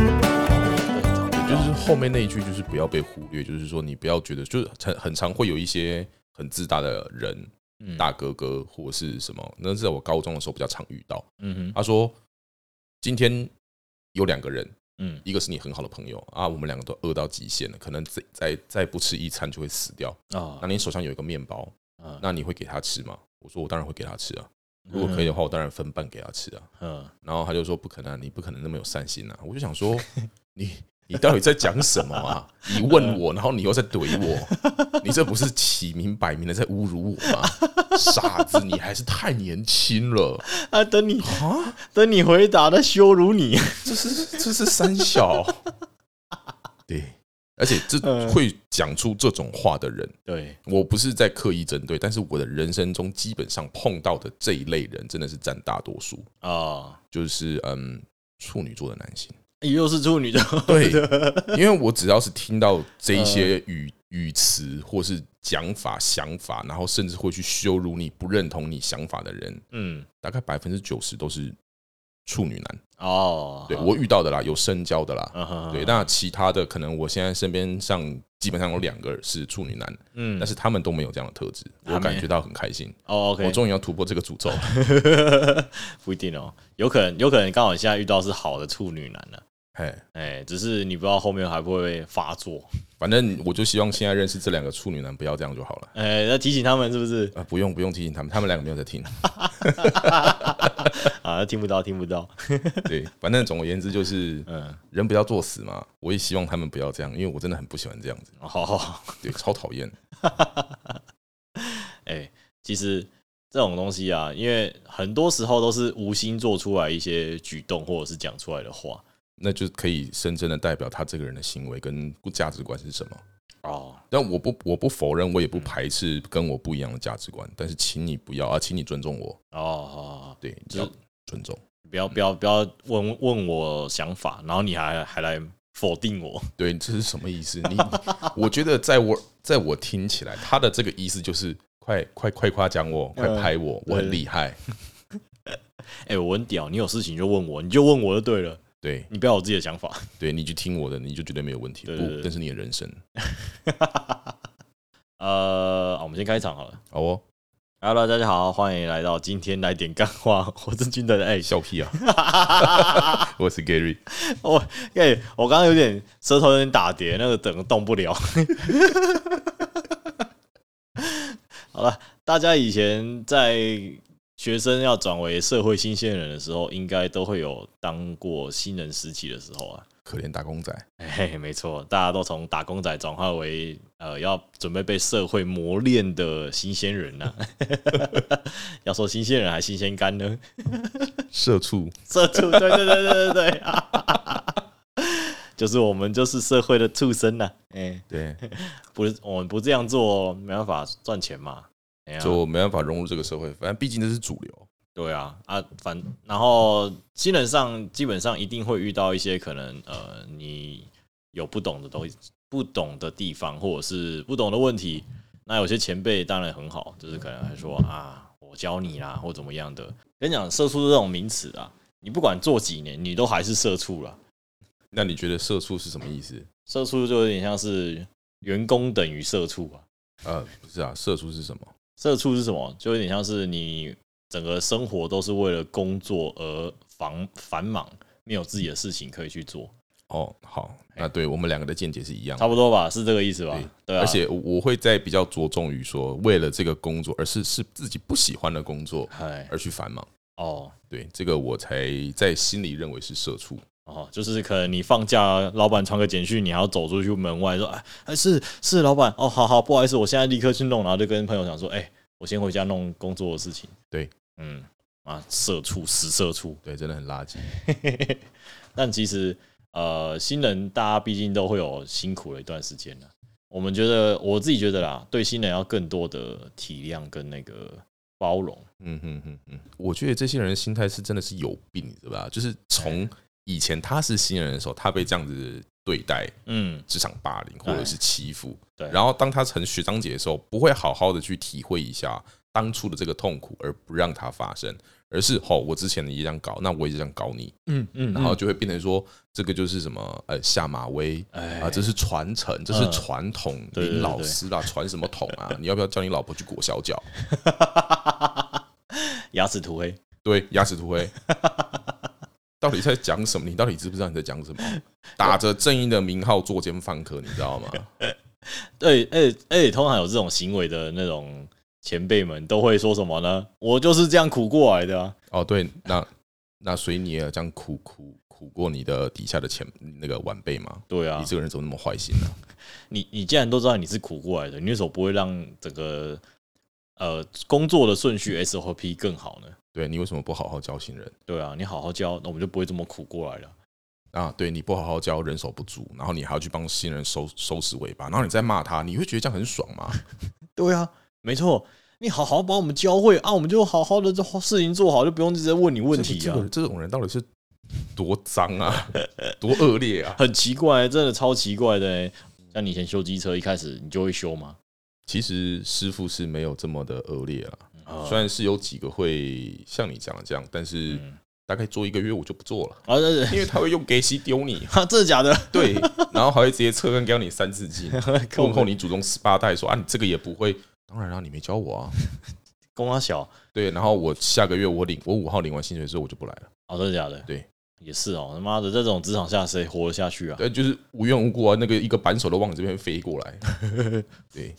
就是后面那一句就是不要被忽略，就是说你不要觉得就是很很常会有一些很自大的人，嗯大哥哥或是什么，那是在我高中的时候比较常遇到。嗯哼他说今天有两个人，嗯一个是你很好的朋友啊，我们两个都饿到极限了，可能再再再不吃一餐就会死掉。啊那你手上有一个面包，啊那你会给他吃吗？我说我当然会给他吃啊，如果可以的话，我当然分半给他吃啊。嗯然后他就说不可能啊、你不可能那么有善心啊！我就想说， 你你到底在讲什么啊？你问我，然后你又在怼我，你这不是起明摆明的在侮辱我吗？傻子，你还是太年轻了啊，等你啊！等你回答，他羞辱你。 这是这是三小，对，而且这嗯会讲出这种话的人，对，我不是在刻意针对，但是我的人生中基本上碰到的这一类人，真的是占大多数，哦，就是嗯，处女座的男性。又是处女座， 对，因为我只要是听到这嗯一些语语词或是讲法、想法，然后甚至会去羞辱你、不认同你想法的人，嗯，大概百分之九十都是处女男。哦，嗯对我遇到的啦，有深交的啦。我对，那其他的可能我现在身边上基本上有两个是处女男，嗯，但是他们都没有这样的特质，他我没感觉到很开心。哦我，OK，终于要突破这个诅咒了。 不一定哦，有可能，有可能刚好现在遇到是好的处女男了，哎，哎，只是你不知道后面还会不会发作，反正我就希望现在认识这两个处女男不要这样就好了。哎，要提醒他们是不是？ 啊，不用不用提醒他们，他们两个没有在听。啊，听不到，听不到，对，反正总而言之就是，嗯，人不要作死嘛。我也希望他们不要这样，因为我真的很不喜欢这样子，好好好，对，超讨厌。哎，其实这种东西啊，因为很多时候都是无心做出来一些举动，或者是讲出来的话，那就可以深深的代表他这个人的行为跟价值观是什么。哦，但我不我不否认，我也不排斥跟我不一样的价值观，但是请你不要啊，请你尊重我，哦哦，对，就要尊重。不要不要不要问问我想法，然后你还还来否定我，对，这是什么意思？你我觉得在我在我听起来，他的这个意思就是快快快夸奖我，快嗯拍我，我很厉害。哎、我很屌，你有事情就问我，你就问我就对了，对你不要有自己的想法。 对，你去听我的，你就绝对没有问题。对不对，对那是你的人生。呃，啊我们先开场好了。好哦， Hello，大家好，欢迎来到今天来点干话，我是军德的 X。笑屁啊！哎、 我是 Gary。我刚刚有点舌头有点打结，那个整个动不了。 好了，大家以前在学生要转为社会新鲜人的时候，应该都会有当过新人时期的时候啊。可怜打工仔，嘿，没错，大家都从打工仔转化为呃，要准备被社会磨练的新鲜人呐、 要说新鲜人还新鲜干呢，社畜，社畜，对对对对对对， 就是我们就是社会的畜生呐、哎、对，不是我们不这样做，没办法赚钱嘛。哎呀就没办法融入这个社会。反正毕竟这是主流，对啊，啊，反然后新人上基本上一定会遇到一些可能呃，你有不懂的东西、不懂的地方，或者是不懂的问题。那有些前辈当然很好，就是可能还说啊，我教你啦，或怎么样的。跟你讲，社畜这种名词啊，你不管做几年，你都还是社畜啦。那你觉得社畜是什么意思？社畜就有点像是员工等于社畜啊。呃，不是啊，社畜是什么？社畜是什么？就有点像是你整个生活都是为了工作而繁繁忙，没有自己的事情可以去做，哦，好，那对我们两个的见解是一样的哎差。不多吧？是这个意思吧嗯对？对啊，而且我会在比较着重于说，为了这个工作，而是是自己不喜欢的工作哎而去繁忙。哦对，这个我才在心里认为是社畜。哦，就是可能你放假，老板传个简讯，你还要走出去门外说，哎哎是是老板哦，好好不好意思，我现在立刻去弄，然后就跟朋友讲说，哎、我先回家弄工作的事情。对，嗯啊，社畜死社畜。对，真的很垃圾。 但其实呃，新人大家毕竟都会有辛苦的一段时间了。我们觉得，我自己觉得啦，对新人要更多的体谅跟那个包容。嗯哼哼哼，我觉得这些人的心态是真的是有病，是吧？就是从以前他是新人的时候，他被这样子对待嗯， 职场霸凌或者是欺负。哎对然后当他成学长姐的时候，不会好好的去体会一下当初的这个痛苦，而不让它发生，而是哦，我之前也这样搞，那我也这样搞你，嗯嗯，然后就会变成说，这个就是什么呃下马威哎啊，这是传承，这是传统，嗯对对林对老师啊，传什么统啊？你要不要叫你老婆去裹小脚？牙齿涂黑，对，牙齿涂黑， 到底在讲什么？你到底知不知道你在讲什么？打着正义的名号作奸犯科，你知 道吗？对，哎哎，通常有这种行为的那种前辈们都会说什么呢？我就是这样苦过来的啊，哦，对，那那所以你也这样苦苦苦过你的底下的前那个晚辈吗？对啊你，这个人怎么那么坏心呢、啊你你既然都知道你是苦过来的，你为什么不会让整个呃工作的顺序 SOP 更好呢？对你为什么不好好教新人对啊，你好好教，那我们就不会这么苦过来了。啊？对你不好好教，人手不足，然后你还要去帮新人收收拾尾巴，然后你再骂他，你会觉得这样很爽 吗？对啊，没错，你好好把我们教会啊，我们就好好的事情做好，就不用一直在问你问题这啊。这个这种人到底是多脏啊， 多恶 劣啊！很奇怪、真的超奇怪的、欸。像你以前修机车，一开始你就会修吗？其实师傅是没有这么的恶劣了，啊虽然是有几个会像你讲的这样，但呃是嗯大概做一个月我就不做了，啊，这，因为他会用给息丢你啊， 真的假的？ 对，然后还会直接测跟给你三字 经，问候公你祖宗十八代说啊，你这个也不会，当然啦、你没教我啊，公阿小，对，然后我下个月我领我五号领完薪水之后我就不来了，哦，真的假的？对，也是哦，他妈的，这种职场下谁活得下去啊？对，就是无缘无故啊，那个一个扳手都往你这边飞过来， 对，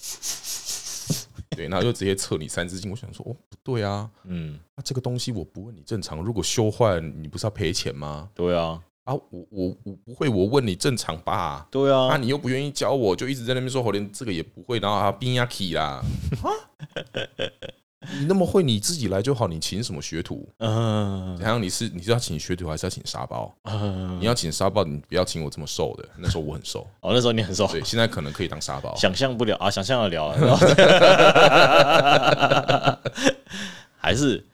对，然后就直接测你三字经，我想说哦，不对啊，嗯，那这个东西我不问你正常，如果修坏了你不是要赔钱吗？对啊，啊，我我我不会，我问你正常吧？对啊，啊，你又不愿意教我，就一直在那边说，我连这个也不会，然后啊，冰压 key 啦，啊， 你那么会，你自己来就好，你请什么学徒？嗯怎样？你是你是要请学徒，还是要请沙包？嗯，你要请沙包，你不要请我这么瘦的，那时候我很瘦， 哦，那时候你很瘦，对，现在可能可以当沙包。想象不了啊，想象得了啊， 还是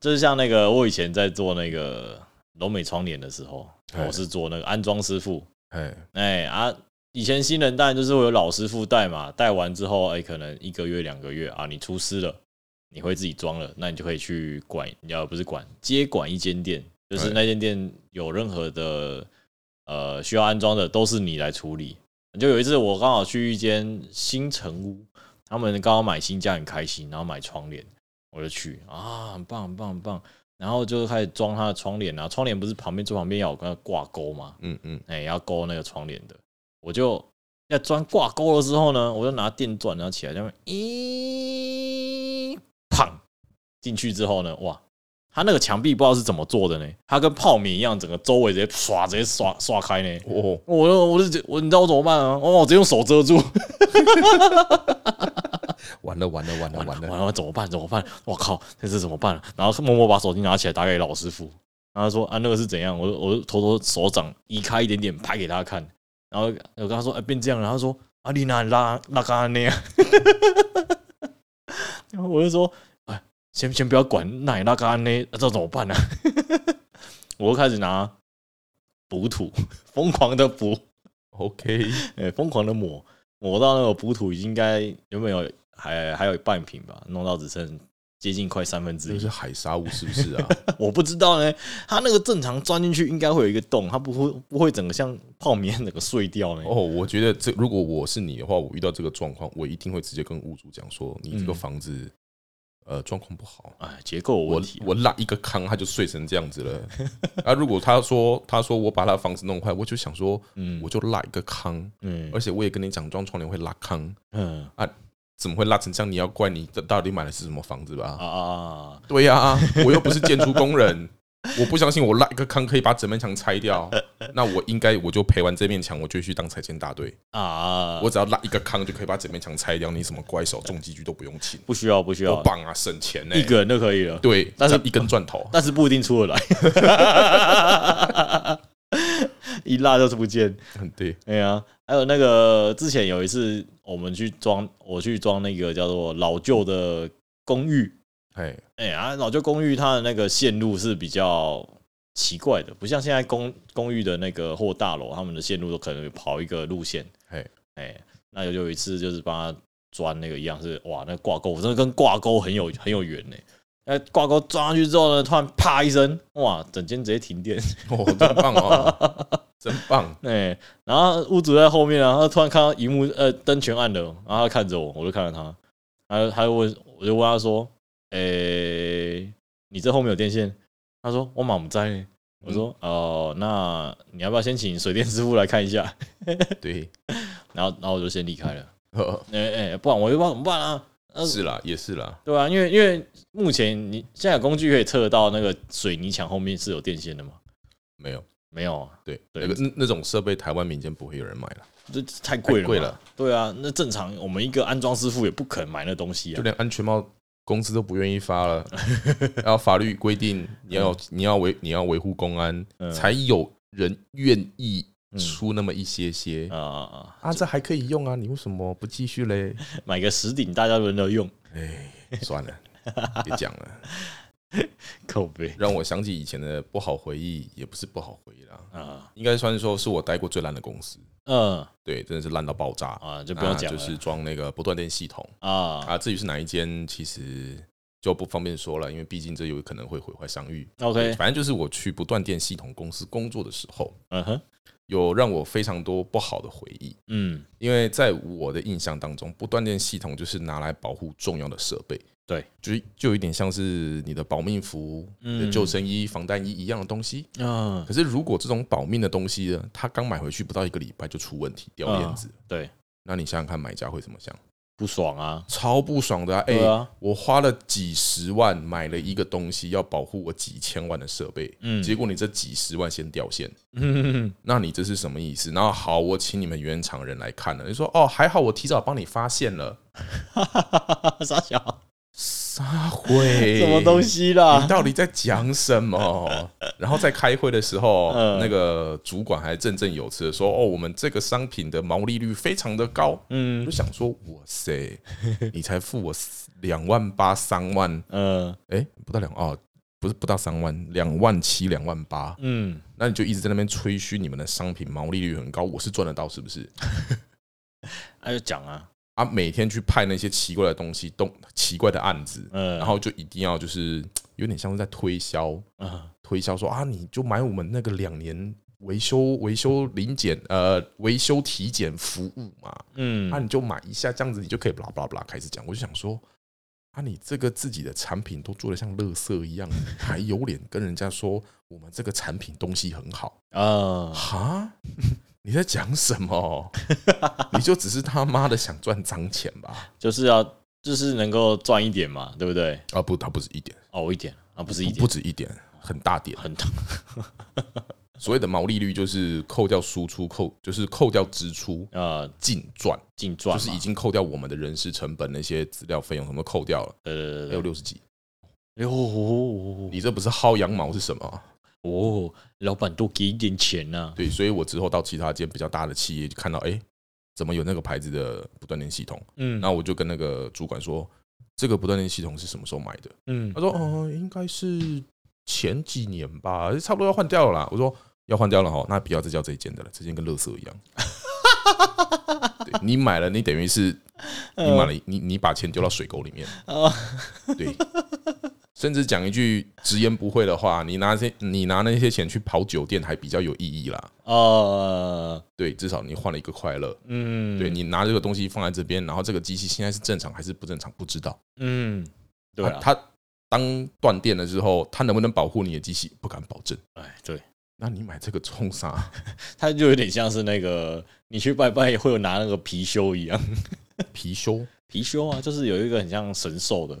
就是像那个我以前在做那个柔美窗帘的时候，哎我是做那个安装师傅，哎，哎、啊，以前新人当然就是会有老师傅带嘛，带完之后，哎、可能一个月两个月啊，你出师了，你会自己装了，那你就可以去管，要不是管接管一间店，就是对那间店有任何的呃需要安装的，都是你来处理。就有一次我刚好去一间新城屋，他们刚好买新家很开心，然后买窗帘，我就去啊，很棒很棒很棒，然后就开始装他的窗帘啊，窗帘不是旁边最旁边要有个挂钩吗？嗯嗯，哎、要勾那个窗帘的，我就要钻挂钩的时候呢，我就拿电钻，然后起来，这样咦，砰进去之后呢，哇，它那个墙壁不知道是怎么做的呢，它跟泡棉一样，整个周围直接唰直接刷刷开呢。哦，我就我就觉我你知道我怎么办啊？哦，我直接用手遮住，完了完了完了完完了了，完了，怎么办？怎么办？我靠，这是怎么办、然后默默把手机拿起来打给老师傅，然后他说啊那个是怎样？我就我就偷偷手掌移开一点点拍给他看，然后我跟他说哎、变这样了，然后他说啊你哪拉拉干那样， 然后我就说哎先先不要管哪拉干呢，啊这怎么办呢、啊？ 我就开始拿补土，疯狂的补。 OK，呃，疯狂的抹，抹到那个补土已经应该原本有还还有一半瓶吧，弄到只剩接近快三分之这一是。海沙屋是不是啊？ 我不知道呢，它那个正常钻进去应该会有一个洞，它不会不会整个像泡棉整个碎掉呢。哦，我觉得这如果我是你的话，我遇到这个状况，我一定会直接跟屋主讲说，你这个嗯房子、呃状况不好，哎，结构有我问题，我拉一个坑，它就碎成这样子了。 啊，如果他说他说我把他房子弄坏，我就想说嗯我就拉一个坑，嗯而且我也跟你讲装窗帘会拉坑，嗯怎么会拉成这样？你要怪你这到底买的是什么房子吧啊？啊，对呀、我又不是建筑工人。我不相信我拉一个坑可以把整面墙拆 掉，那我应该我就赔完这面墙，我就去当拆迁大队。啊啊，我只要拉一个坑就可以把整面墙拆掉，你什么怪手、重机具都不用请，不需要不需多要，棒啊，省钱呢、一个人就可以了。对，但是一根钻头，但是不一定出得 来，一拉就是不见。嗯对，对哎呀，还有那个之前有一次我们去装，我去装那个叫做老旧的公寓，哎，哎、啊，老旧公寓它的那个线路是比较奇怪的，不像现在公公寓的那个或大楼，他们的线路都可能有跑一个路线。嘿哎，那有有一次就是帮他钻那个一样是哇，那挂钩真的跟挂钩很有很有缘呢、那挂钩装上去之后呢，突然啪一声，哇，整间直接停电。哦，真棒哦，真棒！哎、然后屋主在后面啊，他突然看到荧幕呃灯全暗了，然后他看着我，我就看着他，他他就问，我就问他说，哎、你这后面有电线？他说我满不在呢。我说嗯哦、那你要不要先请水电师傅来看一下？ 对，然后然后我就先离开了。呵哎、哎、不然我又不知道怎么办啊。呃是啦，也是啦，对啊，因为因为目前你现在有工具可以测得到那个水泥墙后面是有电线的吗？没有没有啊，对，对那个那那种设备，台湾民间不会有人买了，这太贵了嘛。太贵了对啊，那正常我们一个安装师傅也不可能买那东西就啊。连安全帽公司都不愿意发了。 然后法律规定，你要你要维你要维护公安，嗯才有人愿意嗯出那么一些些啊、啊啊，这还可以用啊，你为什么不继续嘞？啊买个十顶大家轮流用，哎，算了，别讲了，口碑让我想起以前的不好回忆，也不是不好回忆啦，啊，应该算是说是我待过最烂的公司，嗯对，真的是烂到爆炸。啊，就不用讲啊了就是装那个不断电系统啊。啊。至于是哪一间，其实就不方便说了，因为毕竟这有可能会毁坏商誉。 OK，反正就是我去不断电系统公司工作的时候，嗯哼，有让我非常多不好的回忆。嗯，因为在我的印象当中，不断电系统就是拿来保护重要的设备，对，就是就有一点像是你的保命服、你的嗯救生衣、防弹衣一样的东西。嗯，可是如果这种保命的东西呢，它刚买回去不到一个礼拜就出问题掉链子，啊对，那你想想看买家会怎么想？不爽啊，超不爽的啊！哎、对啊， 我花了几十万买了一个东西，要保护我几千万的设备，嗯，结果你这几十万先掉线，嗯那你这是什么意思？然后好，我请你们原厂人来看了，你说哦，还好我提早帮你发现了，傻小， 撒会什么东？西啦你？到底在讲什 么？然后在开会的时候，嗯那个主管还振振有词的说：“哦，我们这个商品的毛利率非常的高。”我嗯就想说，哇塞， 你才付我两万八、三万，嗯哎、不到两哦，不是不到三万，两万七、两万八，嗯，那你就一直在那边吹嘘你们的商品毛利率很高，我是赚得到是不是？那就讲啊，啊，每天去派那些奇怪的东西，动奇怪的案子，嗯，然后就一定要就是有点像是在推销，嗯推销说啊，你就买我们那个两年维修维修零检呃维修体检服务嘛，嗯啊，你就买一下，这样子你就可以巴拉巴拉巴拉开始讲。我就想说，啊，你这个自己的产品都做的像垃圾一样，你还有脸跟人家说我们这个产品东西很好啊，哈， 你在讲什 么？你就只是他妈的想赚脏钱吧？就是要就是能够赚一点嘛，对不对？啊，不，他不止一点，哦，一点啊，不是一不点不，止一点，很大点。很痛。所谓的毛利率就是扣掉输出，扣就是扣掉支出，呃，净赚，净赚就嘛是已经扣掉我们的人事成本、那些资料费用什么都扣掉了，对对还对对，有六十几。六哦你这不是薅羊毛是什么啊？哦，老板多给一点钱啊呐、对，所以我之后到其他间比较大的企业，就看到哎、诶怎么有那个牌子的不断电系统？嗯那我就跟那个主管说，这个不断电系统是什么时候买的？嗯他说，嗯、应该是前几年吧，差不多要换掉了啦。我说要换掉了哈，那不要再叫这一间的了，这间跟垃圾一 样。对你买了，你等于是你买了，你你把钱丢到水沟里面。呃哦，对，甚至讲一句直言不讳的话，你拿些你拿那些钱去跑酒店还比较有意义啦。呃，对，至少你换了一个快乐。嗯，对你拿这个东西放在这边，然后这个机器现在是正常还是不正常不知道。嗯，对啊，它它当断电了之后，它能不能保护你的机器不敢保证。哎，对，那你买这个冲 啥？他就有点像是那个你去拜拜会有拿那个貔貅一样， 貔貅貔貅啊，就是有一个很像神兽的。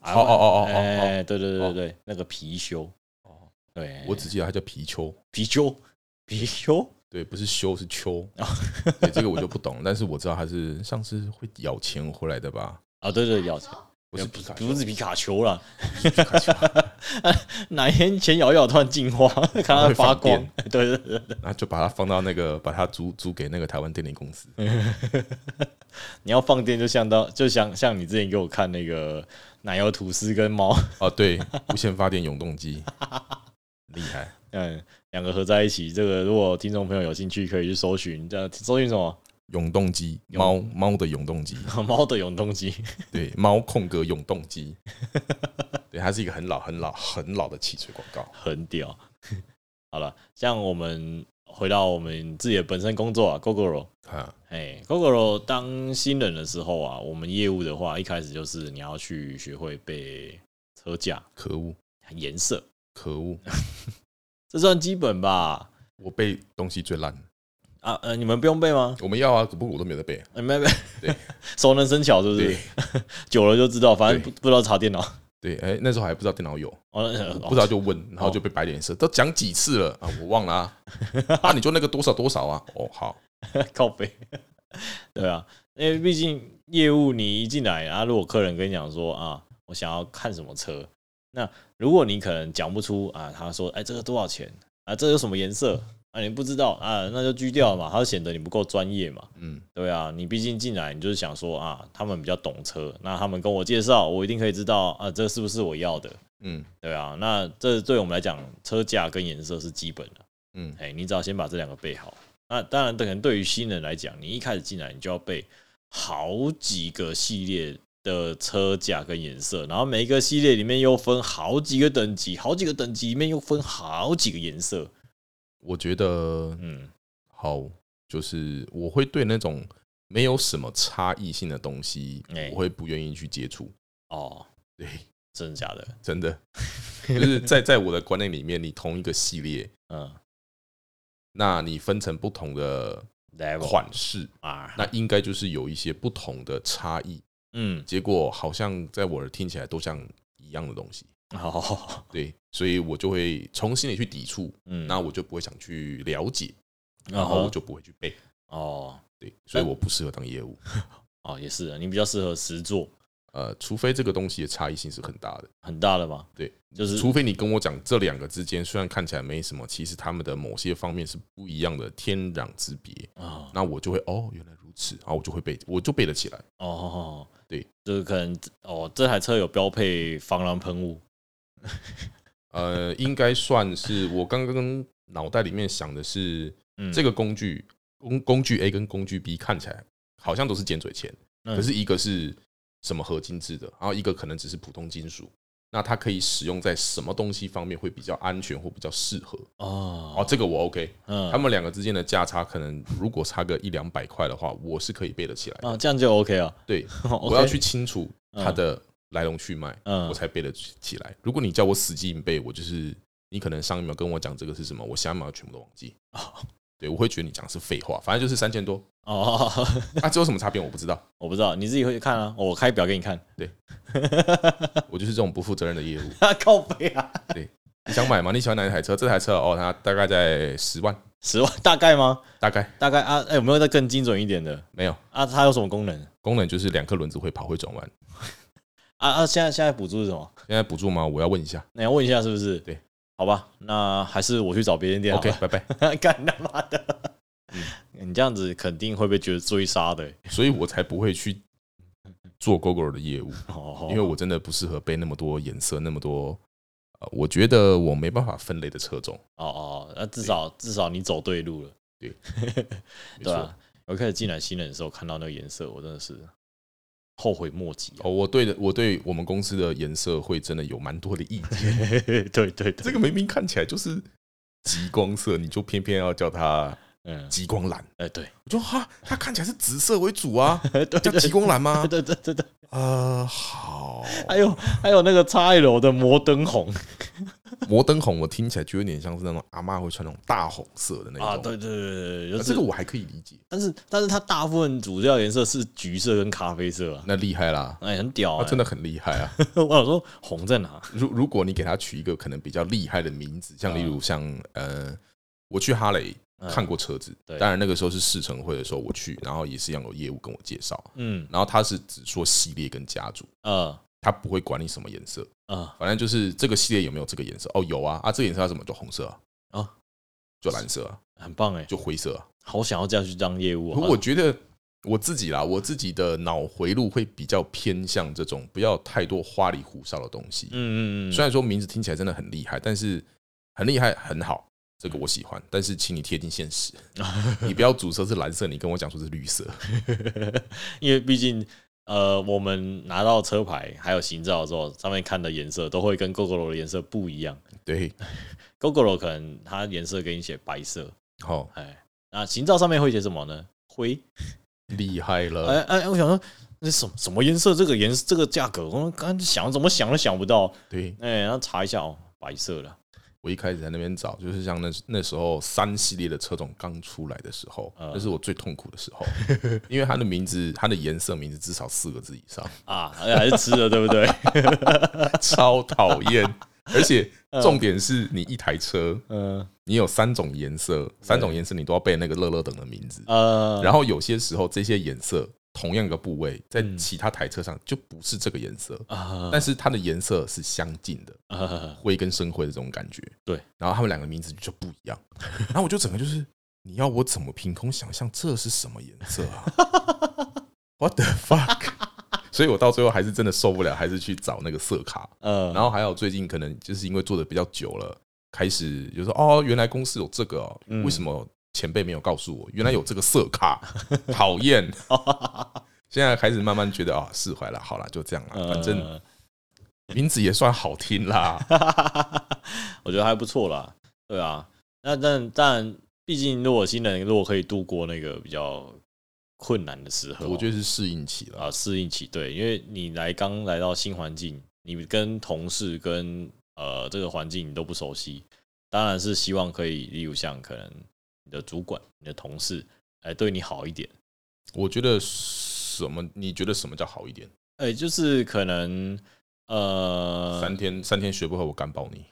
哦哦哦哦哦哎，对对对哦对，那个貔貅，哦，对，我只记得它叫貔貅，貔貅，貔貅，对，不是貅是秋哦。对，这个我就不懂，但是我知道它是像是会咬钱回来的吧？啊，对对，咬钱，不是皮卡丘，不是皮卡丘啦，是皮卡丘，哪天前摇摇突然进 化，看它会发放光电， 对对对对，然后就把它放到那个，把它租租给那个台湾电力公司。你要放电就像到就像像你之前给我看那个奶油吐司跟猫，哦，对，无线发电永动机。厉害，嗯，两个合在一起，这个如果听众朋友有兴趣，可以去搜寻，这搜寻什么？ 永动机，永猫猫的永动机，猫的永动机。 对，猫空格永动机，对，它是一个很老、很老、很老的汽水广告。很屌。 好了，像我们回到我们自己的本身工作啊，GoGoRo，啊，哎，GoGoRo 当新人的时候啊，我们业务的话，一开始就是你要去学会背车架、可恶，颜色，可恶，这算基本吧？我背东西最烂。啊，呃，你们不用背吗？我们要啊，不过我都没有在背。你们对 熟能生巧，是不对是？久了就知道，反正不对不知道查电脑，对，哎、那时候还不知道电脑有，哦，呃不知道就问，然后就被白脸色，都讲几次了啊，我忘了啊。啊，你就那个多少多少啊？哦，好，靠背。 对啊，因为毕竟业务你一进来啊，如果客人跟你讲说啊，我想要看什么车，那如果你可能讲不出啊，他说哎、这个多少钱啊，这有什么颜色啊，你不知道啊，那就拒掉了嘛，他就显得你不够专业嘛。嗯，对啊，你毕竟进来，你就是想说啊，他们比较懂车，那他们跟我介绍，我一定可以知道啊，这是不是我要的？嗯对啊，那这对我们来讲，车价跟颜色是基本的。嗯，哎，你只要先把这两个背好。那当然，可能对于新人来讲，你一开始进来你就要背好几个系列的车架跟颜色，然后每一个系列里面又分好几个等级，好几个等级里面又分好几个颜色。我觉得嗯，好，就是我会对那种没有什么差异性的东西哎，我会不愿意去接触。哦，对，真的假的？真的， 就是在在我的观念里面，你同一个系列，嗯那你分成不同的，level 款式，啊，那应该就是有一些不同的差异。嗯，结果好像在我耳听起来都像一样的东西，好，对，所以我就会从心里去抵触，嗯，那我就不会想去了解，然然后后我就不会去背，哦对，所以我不适合当业务。哦也是，你比较适合实做，呃，除非这个东西的差异性是很大的，很大的嘛，对，就是除非你跟我讲这两个之间虽然看起来没什么，其实他们的某些方面是不一样的，天壤之别。啊、那我就会哦，原来如此，啊，我就会背，我就背得起来。哦，对，就是可能哦，这台车有标配防狼喷 雾，呃，应该算是我刚刚脑袋里面想的是，嗯，这个工具工工具 A 跟工具 B 看起来好像都是尖嘴钳，嗯可是一个是什么合金制的，然后一个可能只是普通金属。那它可以使用在什么东西方面会比较安全或比较适合？哦哦，，这个我 OK。嗯，他们两个之间的价差，可能如果差个一两百块的话，我是可以背得起来的。啊，这样就 OK 了。 对，我我要去，清楚它的来龙去脉，哦嗯我才背得起来。如果你叫我死记硬背，我就是你可能上一秒跟我讲这个是什么，我下一秒全部都忘记。哦对，我会觉得你讲的是废话，反正就是三千多，哦， 啊，这有什么差别我不知道。我不知道，你自己会看啊，我开表给你看。对，我就是这种不负责任的业务。 靠背啊，你想买吗？你喜欢哪一台车？这台车哦，它大概在十万，十万大概吗？大概大概啊，哎有没有再更精准一点的没有啊？它有什么功能功能，就是两颗轮子会跑会转弯。啊？啊，现在现在补助是什么？现在补助吗？我要问一下。你要问一下是不是？对，好吧，那还是我去找别人店好 OK，了。拜 拜。干他妈的，嗯你这样子肯定会被觉得追杀的欸。所以我才不会去做 GoGo 的业务。 哦，因为我真的不适合背那么多颜色，那么多，呃，我觉得我没办法分类的车种，哦哦，那至少至少你走对路了， 对没对错。啊。我一开始进来新人的时候看到那个颜色，我真的是后悔莫及、啊。哦，我对的，我对我们公司的颜色会真的有蛮多的意见。 对对对，这个明明看起来就是极光色，你就偏偏要叫它嗯，极光蓝。哎对，我就哈，它看起来是紫色为主啊， 对对叫极光蓝 吗？对对对对，呃，好，还有还有那个叉 L 的摩登红摩登红，我听起来就有点像是那种阿妈会穿那种大红色的那种。啊，对对对对，就呃是、这个我还可以理解，但是但是它大部分主要颜色是橘色跟咖啡色啊，那厉害啦，哎很屌、那啊，真的很厉害啊。的， 我想说红在哪？如如果你给他取一个可能比较厉害的名字，像例如像呃，我去哈雷嗯看过车子，对当然那个时候是试乘会的时候我去，然后也是一样有业务跟我介绍，嗯然后他是只说系列跟家族，呃他不会管你什么颜色，呃反正就是这个系列有没有这个颜色，哦有啊，啊这个颜色要什么就红色啊，啊就蓝色啊，很棒哎，就灰色啊。好想要这样去当业务、啊。可我觉得我自己啦，我自己的脑回路会比较偏向这种不要太多花里胡哨的东西，嗯嗯嗯，虽然说名字听起来真的很厉害，但是很厉害，很好，这个我喜欢。但是，请你贴近 现实，你不要主车是蓝色，你跟我讲说是绿色。因为毕竟呃，我们拿到车牌还有行照之后，上面看的颜色都会跟 GoGo 的颜色不一样。对， GoGo 可能它颜色给你写白色，好，哎，那行照上面会写什么呢？灰。厉害了。哎哎，我想说。那什么什么颜色？这个颜色这个价格，我刚刚想怎么想都想不到。对哎、然后查一下哦，白色了。我一开始在那边找，就是像那那时候三系列的车种刚出来的时候，嗯那是我最痛苦的时 候，因为它的名字，它的颜色名字至少四个字以上，啊，而且还是吃的，对不 对？超讨厌。 而且重点是你一台车，嗯你有三种颜色，三种颜色你都要背那个乐乐等的名字。呃，然后有些时候这些颜色同样一个部位，在嗯其他台车上就不是这个颜色，啊，但是它的颜色是相近的，呃，灰跟深灰的这种感觉。对，然后他们两个名字就不一 样，然后我就整个就是，你要我怎么凭空想象这是什么颜色啊？What the fuck？所以 我到最后还是真的受不了，还是去找那个色卡。呃，然后还有最近可能就是因为做的比较久了，开始就说哦，原来公司有这个、哦，嗯为什么前辈没有告诉我？原来有这个色卡，讨厌！现在开始慢慢觉得啊，释怀了，好了，就这样了，反正呃名字也算好 听啦。我觉得还不错啦，对啊。那但但毕竟，如果新人如果可以度过那个比较困难的时候，我觉得是适应期了，啊，适应期对，因为你来刚来到新环境，你跟同事跟呃这个环境你都不熟悉，当然是希望可以，例如像可能你的主管、你的同事，哎、对你好一点，我觉得什么？你觉得什么叫好一点？哎、就是可能呃，三天三天学不会，我干爆你！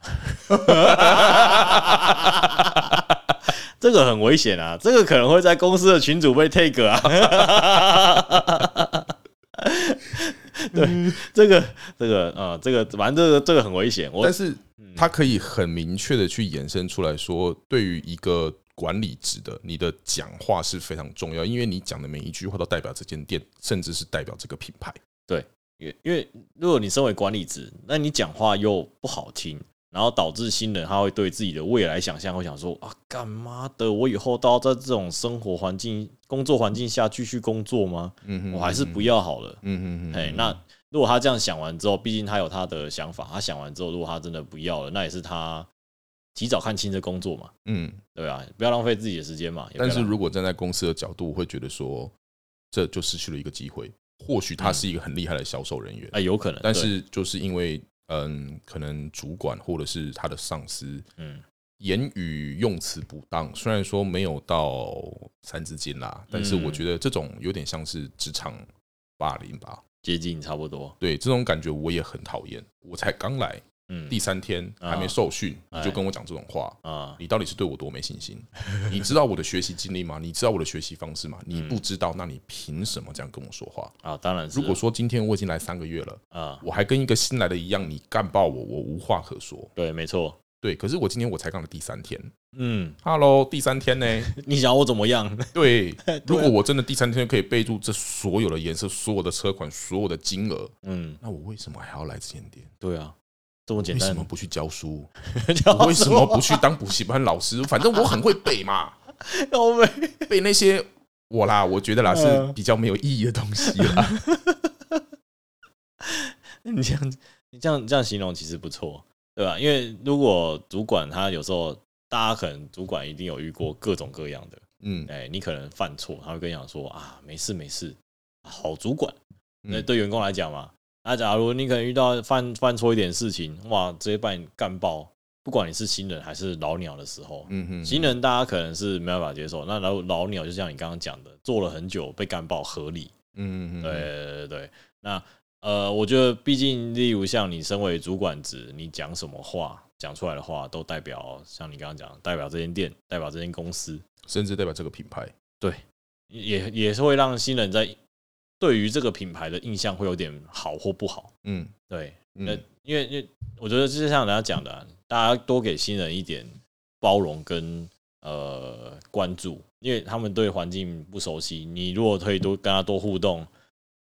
这个很危险啊，这个可能会在公司的群组被 take 啊。 对，这个这个啊、呃这个反正这个这个很危险。我嗯但是他可以很明确的去延伸出来说，对于一个管理职的，你的讲话是非常重要，因为你讲的每一句话都代表这间店，甚至是代表这个品牌。因为因为如果你身为管理职，那你讲话又不好听，然后导致新人他会对自己的未来想象会想说啊，干嘛的？我以后都要在这种生活环境、工作环境下继续工作吗？嗯哼我还是不。要好了。嗯嗯嗯，哎、那如果他这样想完之后，毕竟他有他的想法，他想完之后，如果他真的不要了，那也是他提早看清这工作嘛，嗯，对吧、不要浪费自己的时间嘛。也不要但是浪如果站在公司的角度，我会觉得说，这就失去了一个机会。或许他是一个很厉害的销售人员嗯哎、，有可能，但对是就是因为嗯，可能主管或者是他的上司嗯言语用词不当，虽然说没有到三字经啦，嗯但是我觉得这种有点像是职场霸凌吧。接近差不多，对这种感觉我也很讨厌。我才刚来嗯第三天，啊还没受训，哎你就跟我讲这种话，啊，你到底是对我多没信 心？你知道我的学习经历吗？你知道我的学习方式吗？嗯你不知道，那你凭什么这样跟我说话？啊，当然是如果说今天我已经来三个月了，啊，我还跟一个新来的一样，你干爆我，我无话可说。对，没错，对，可是我今天我才刚来第三天嗯， ，Hello，第三天呢？你想我怎么样？ 对，如果我真的第三天可以备注这所有的颜色、所有的车款、所有的金额，嗯，那我为什么还要来这间店？对啊，这么简为单什， 么不去教书？教我为什么不去当补习班老师？反正我很会背嘛， 要被背那些我啦，我觉得啦是嗯比较没有意义的东西啦。你这样你这样这样形容其实不错，对吧？因为如果主管他有时候，大家可能主管一定有遇过各种各样的，嗯，哎、你可能犯错，他会跟你讲说啊，没事没事，好主管。那嗯对员工来讲嘛，那假如你可能遇到犯犯错一点事情，哇，直接把你干爆，不管你是新人还是老鸟的时候，嗯嗯，新人大家可能是没办法接受，那老老鸟就像你刚刚讲的，做了很久被干爆合理，嗯嗯嗯，对对对对。那呃，我觉得毕竟，例如像你身为主管职，你讲什么话，讲出来的话，都代表像你刚刚讲，代表这间店，代表这间公司，甚至代表这个品牌。也也是会让新人在对于这个品牌的印象会有点好或不好。嗯对，那、嗯因为因为我觉得就像人家讲的啊、大家多给新人一点包容跟呃关注，因为他们对环境不熟悉，你如果可以多跟他多互动，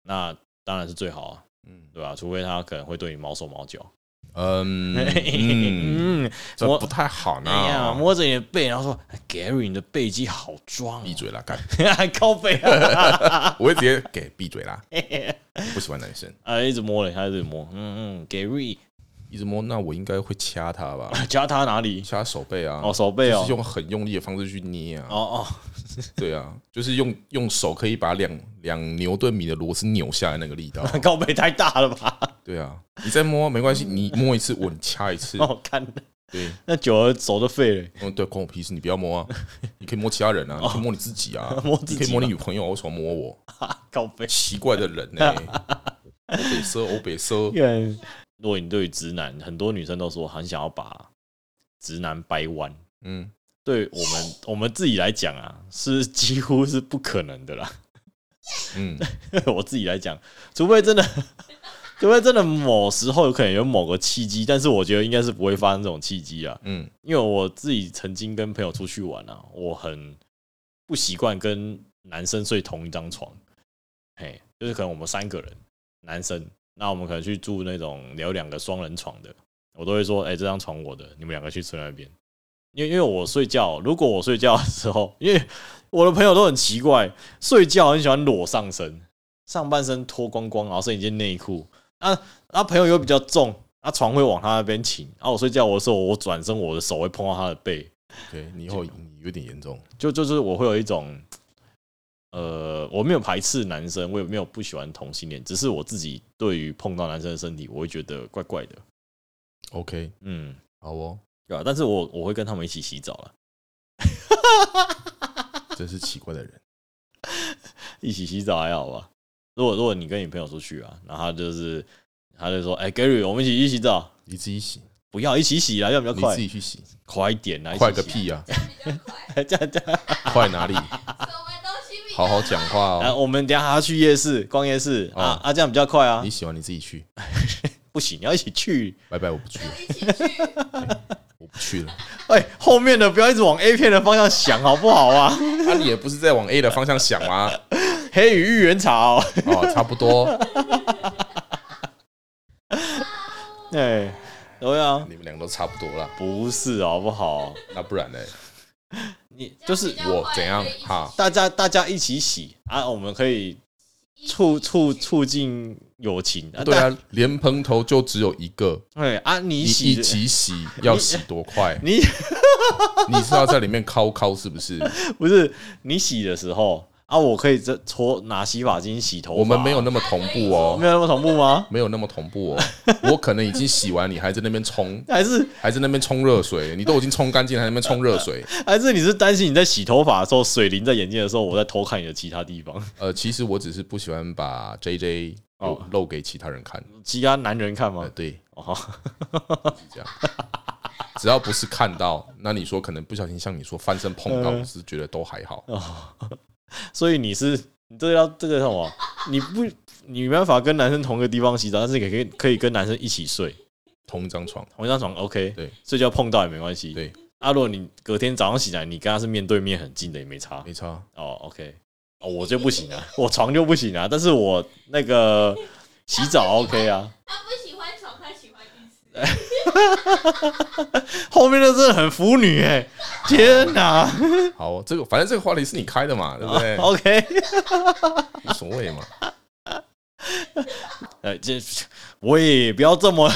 那当然是最好啊，嗯，对吧、除非他可能会对你毛手毛脚，嗯嗯，啊嗯，这我不太好呢。哎呀，摸着你的背，然后说哎：“Gary，你的背肌好壮、哦。闭嘴啦，干！还 靠背啊！我会直接给闭嘴啦。我不喜欢男生啊，一直摸 嘞，他一直摸，嗯嗯，Gary，一直摸，那我应该会掐 他吧？夹他哪里？掐手背啊，哦，手背就哦是，用很用力的方式去捏啊。哦哦，对啊，就是用用手可以把两两牛顿米的螺丝扭下来那个力 道啊。靠背哦太大了吧？对啊，你再摸 没关系，你摸一次我你掐一次，哦，看对，那久了手都废了，嗯对，关我屁事，你不要摸 啊，你可以摸其他人啊，你可以摸你自己啊哦，摸自己你可以摸你女朋友啊，为什么摸我？靠背。奇怪的人 呢、我北奢，我北奢，看如果你对于直男，很多女生都说很想要把直男掰弯。嗯，对我们我们自己来讲啊，是几乎是不可能的啦。 嗯，我自己来讲，除非真的，除非真的某时候有可能有某个契机，但是我觉得应该是不会发生这种契机啊。嗯，因为我自己曾经跟朋友出去玩啊，我很不习惯跟男生睡同一张床，嘿，就是可能我们三个人男生，那我们可能去住那种有两个双人床的，我都会说，哎、这张床我的，你们两个去睡那边。因为因为我睡觉，如果我睡觉的时候，因为我的朋友都很奇怪，睡觉很喜欢裸上身，上半身脱光光，然后剩一件内裤。啊啊，朋友又比较重，啊床会往他那边倾。啊，我睡觉的时候，我转身，我的手会碰到他的背，对你以后你有点严重，就就是我会有一种，呃，我没有排斥男生，我也没有不喜欢同性恋，只是我自己对于碰到男生的身体，我会觉得怪怪的， OK，嗯，好哦，对吧、但是我我会跟他们一起洗澡了，真是奇怪的人，一起洗澡还好吧？如果如果你跟你朋友出去啊，然后他就是他就说，哎、g a r y 我们一起一起洗澡，你自己洗，不要一起洗啦，要比较你快自，己去洗，快一点啊，快个一起洗屁呀、比较啊， 快，这样这样。啊， 快哪里？什么东西比较好好讲话啊，哦，我们等一下还要去夜市逛夜市、哦啊啊，这样比较快啊你！喜欢你自己去，不行，你要一起去。拜拜，我不去没了有，一起去？我不去了。哎、后面的不要一直往 A 片的方向想，好不好啊？ 那、你也不是在往 A 的方向想吗？黑与芋圆草， 哦，差不多，哎、对啊，你们两个都差不多啦。不是好不好？那不然呢？你这样就是比较我快怎样可以一起哈大家大家一起洗啊，我们可以一起促促促进友情。啊对，啊，莲蓬头就只有一个，哎啊，你你洗一起洗要洗多 快？你 你是要在里面敲敲是不 是？不是你洗的时候啊，我可以这搓拿洗发精洗头发。我们没有那么同步哦没，有那么同步吗？没有那么同步哦。我可能已经洗完，你还在那边冲，还是还在那边冲热水，你都已经冲干净，还在那边冲热水。 还是你是担心你在洗头发的时候，水淋在眼睛的时候，我在偷看你的其他地方， 呃，其实我只是不喜欢把 J J 哦露给其他人看。其他男人看呃，吗？对，哦，是这样。只要不是看到，那你说可能不小心像你说翻身碰到，嗯我是觉得都还好。哦 所以你是你这个要这个叫什么？你不你没办法跟男生同个地方洗澡，但是你可以可以跟男生一起睡同一张床，同一张床，OK，对，睡觉碰到也没关系，对。啊，如果你隔天早上起来，你跟他是面对面很近的也没差，没差。哦，OK，哦，我就不行啊， 我床就不行啊，但是我那个洗澡 OK 啊。 他不喜欢床，他喜欢浴室。后面的真的很腐女哎、天 哪！好哦，这个反正这个话题是你开的嘛，对不对？ OK，无所谓嘛。呃，这喂，不要这么。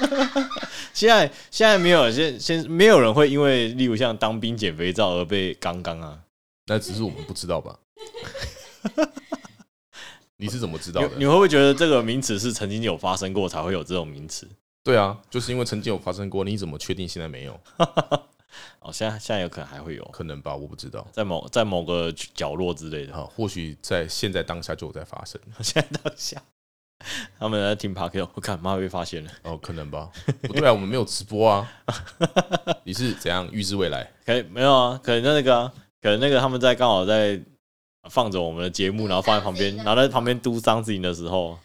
现在现在没有，现现没有人会因为例如像当兵减肥照而被刚刚啊。那只是我们不知道吧？你是怎么知道你你的？会不会觉得这个名词是曾经有发生过才会有这种名词？对啊，就是因为曾经有发生过，你怎么确定现在没有？哦，现在现在有可能还会有，可能吧，我不知道。在某在某个角落之类的。哦啊，或许在现在当下就有在发生现在当下，他们在听 p a r k 我看妈被发现了，哦，可能吧。不对啊，我们没有直播啊。 你是怎样预知未来？可以没有啊？可能那个啊，可能那个他们在刚好在放着我们的节目，然后放在旁 边，然后在旁边嘟张子颖的时候，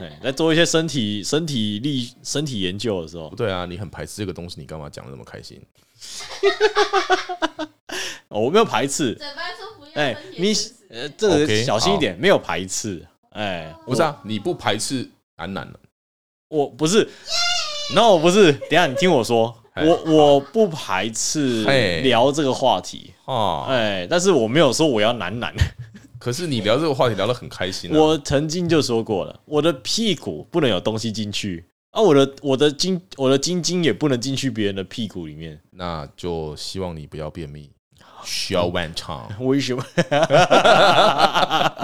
哎，在做一些身体身体力身体研究的时候不，对啊，你很排斥这个东西，你干嘛讲的那么开心？哦我没有排斥，嘴巴说不要，哎身，体你也不是呃这个 OK，小心一点，没有排斥，哎，不是啊，你不排斥男男的我，我不是 no，不是，等一下你听我说， 哎我我不排斥哎聊这个话题，啊！哎，但是我没有说我要男男，可是你聊这个话题聊得很开心、啊，我曾经就说过了，我的屁股不能有东西进去啊，我的我的筋我的筋筋也不能进去别人的屁股里面，那就希望你不要便秘，需要万场。为什么？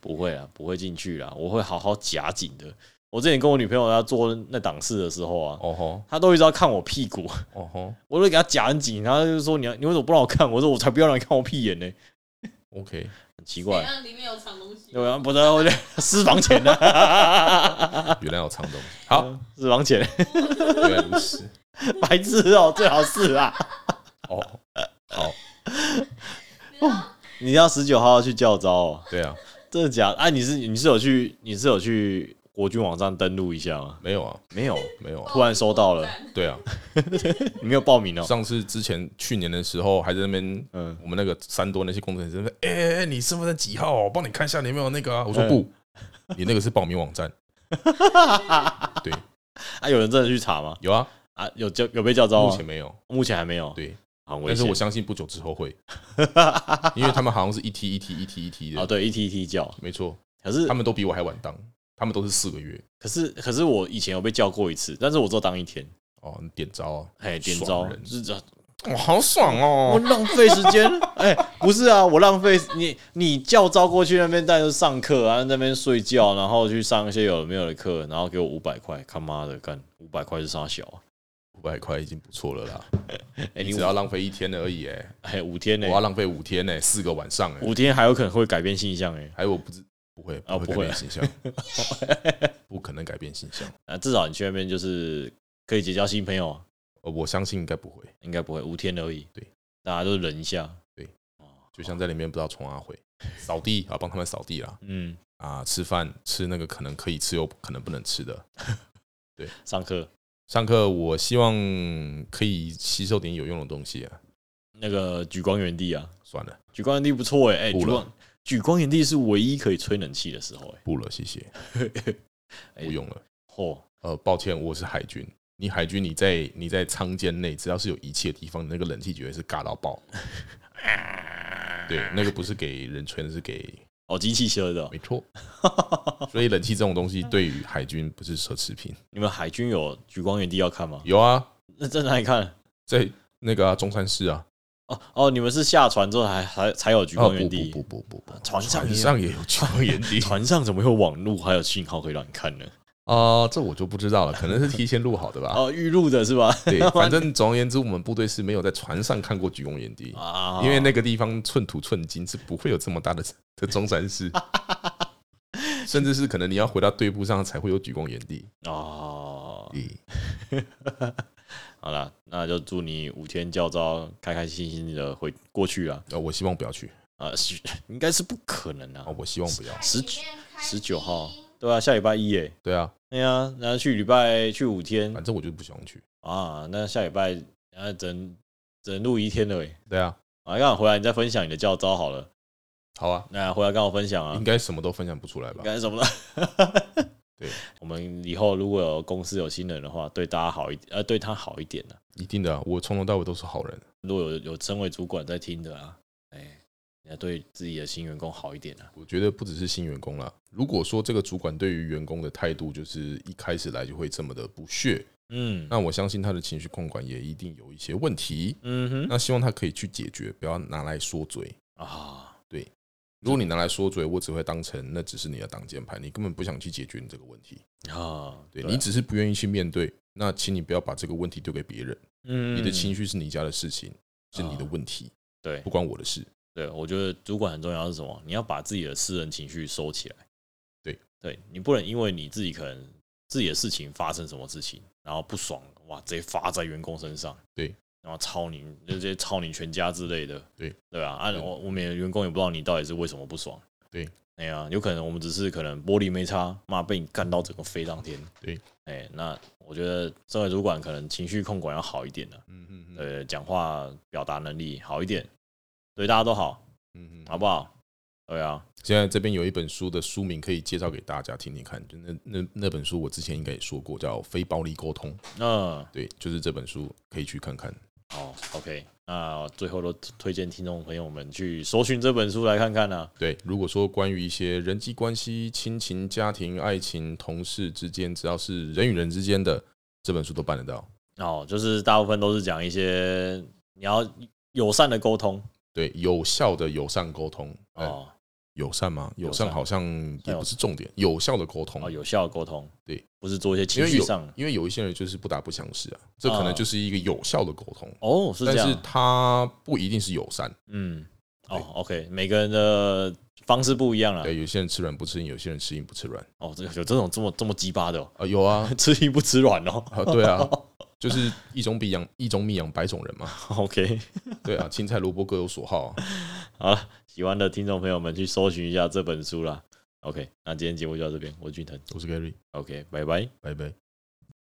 不会啊，不会进去啦，我会好好夹紧的。我之前跟我女朋友要做那档事的时候啊，哦吼，她都一直要看我屁股，哦吼我都给她夹很紧，她就说你要你为什么不让我看？我说我才不要让你看我屁眼呢、 ，OK，很奇怎怪。样？里面有藏东西？对啊，不是我就 私房钱呢、原来有藏东西。好，私房钱， 原来如此。白痴哦、最好是啊。哦，好，你知道你要十九号要去教招哦、对啊，真的假的？哎、你是你是有去你是有去国军网站登录一下吗？没有啊，没有，没有啊，突然收到了，对啊。你没有报 名哦、上次之前去年的时候还在那边，嗯我们那个三多那些工作人员在那边，哎、哎哎你身份证几号？我帮你看一下你有没有那个、啊。我说嗯不，你那个是报名网站。 对，啊，有人真的去查吗？有啊，啊，有叫有被叫招目吗前？没有。目前还没有。，对，很危但是险。我相信不久之后会， 因为他们好像是一梯一梯一梯一梯啊，的，对，一踢一踢叫。没错，可是他们都比我还晚当，他们都是四个月可是可是我以前有被叫过一次，但是我只有当一天。哦，你点招啊，哎，点爽招人就是这哇，好爽我哦！浪费时间。 哎，不是啊，我浪费你你叫招过去那边，但是上课啊，那边睡觉，然后去上一些有的没有的课，然后给我五百块，他妈的干五百块是啥小啊？五百块已经不错了啦，哎，你你只要浪费一天而已，哎，哎五天呢我？要浪费五天呢，四个晚上哎，五天还有可能会改变形象哎。还有我不知不会啊不会不改会变形象， 不可能改变形象，啊，至少你去那边就是可以结交新朋友啊，呃我相信应该不会，应该不会五天而已。对，大家都忍一下。就像在里面不知道从哪回扫地啊，帮他们扫地啦，嗯，啊，吃饭吃那个可能可以吃又可能不能吃的。上课上课我希望可以吸收点有用的东西啊，那个举光原地啊，算了，举光原地不错哎、哎、不举了光举光原地是唯一可以吹冷气的时候不了，谢谢，哎、欸，不用了。嚯、呃，抱歉，我是海军。你海军，你在你在舱间内，只要是有仪器的地方，你那个冷气绝对是尬到爆。对，那个不是给人吹的，是给哦，机器车的哦没错。所以冷气这种东西对于海军不是奢侈品。你们海军有举光原地要看吗？有啊，那在哪里看？在那个啊、中山市啊，哦哦，你们是下船之后还还才有举哦光原地？不不不不不，船上也船有上也有 聚光眼地船上怎么会有网路还有信号可以让你看呢？啊，这我就不知道了，可能是提前录好的吧。哦，预录的是吧？ 对，反正总而言之，我们部队是没有在船上看过举光眼地，啊，因为那个地方寸土寸金，是不会有这么大的的中 山市，甚至是可能你要回到队部上才会有举光原地。哦， 咦好啦，那就祝你五天教招开开心心的回过去啦。呃，我希望不要去啊，是应该是不可能啊，啊。我希望不 要。十里面开十九号心，对啊，下礼拜一耶。对啊，哎呀，然后去礼拜去五天反正我就不喜欢去。啊，那下礼拜啊，整整录一天了哎。对啊，啊，刚好回来你再分享你的教招好了。好啊，那回来跟我分享啊应，该什么都分享不出来吧应？该什么了？对， 我们以后如果有公司有新人的话，对大家好一呃，对他好一点呢、一定的啊，我从头到尾都是好人。如果有有身为主管在听的啊，哎，你要对自己的新员工好一点啊。我觉得不只是新员工啦，如果说这个主管对于员工的态度就是一开始来就会这么的不屑，嗯那我相信他的情绪控管也一定有一些问题。嗯哼那希望他可以去解决，不要拿来说嘴。啊，如果你拿来说嘴，我只会当成那只是你的挡箭牌，你根本不想去解决你这个问题。啊，对啊你只是不愿意去面对，那请你不要把这个问题丢给别人。嗯你的情绪是你家的事情，是你的问题，对不关我的事。对，我觉得主管很重要的是什么？你要把自己的私人情绪收起来。对，对你不能因为你自己可能自己的事情发生什么事情，然后不爽，哇，直接发在员工身上。对，然后操你，就直接操你全家之类的。对，对吧？啊，对我我们也员工也不知道你到底是为什么不爽。对，哎呀、有可能我们只是可能玻璃没擦，妈被你干到整个飞上天。对，哎，那我觉得身为主管可能情绪控管要好一点啊的、嗯嗯对，讲话表达能力好一点，对大家都好。嗯嗯好不好？对啊，现在这边有一本书的书名可以介绍给大家听听看，就那那那本书我之前应该也说过，叫《非暴力沟通》，嗯，对，就是这本书可以去看看。哦，OK，那最后都推荐听众朋友们去搜寻这本书来看看啊。对，如果说关于一些人际关系、亲情、家庭、爱情、同事之间，只要是人与人之间的，这本书都办得到。哦，就是大部分都是讲一些你要友善的沟通对，有效的友善沟通，哦，哦，友善吗？友友善善好像也不是重点，有效的沟通哦，，有效的沟通，对，不是做一些因情为绪上有，因为有一些人就是不打不相识啊，这可啊能就是一个有效的沟通，哦，是但这是样，他不一定是友善。嗯，哦，OK，每个人的方式不一样啦。对，有些人吃软不吃硬，有些人吃硬不吃软哦，这个有这种这么这么鸡巴的、哦， ，啊，有啊吃硬不吃软哦。啊对啊，就是一种比养一种米养百种人嘛， OK， 对啊，青菜萝卜各有所好啊。好了，喜欢的听众朋友们去搜寻一下这本书啦。OK，那今天节目就到这边，我是俊腾。我是 Gary， OK，拜拜。拜拜。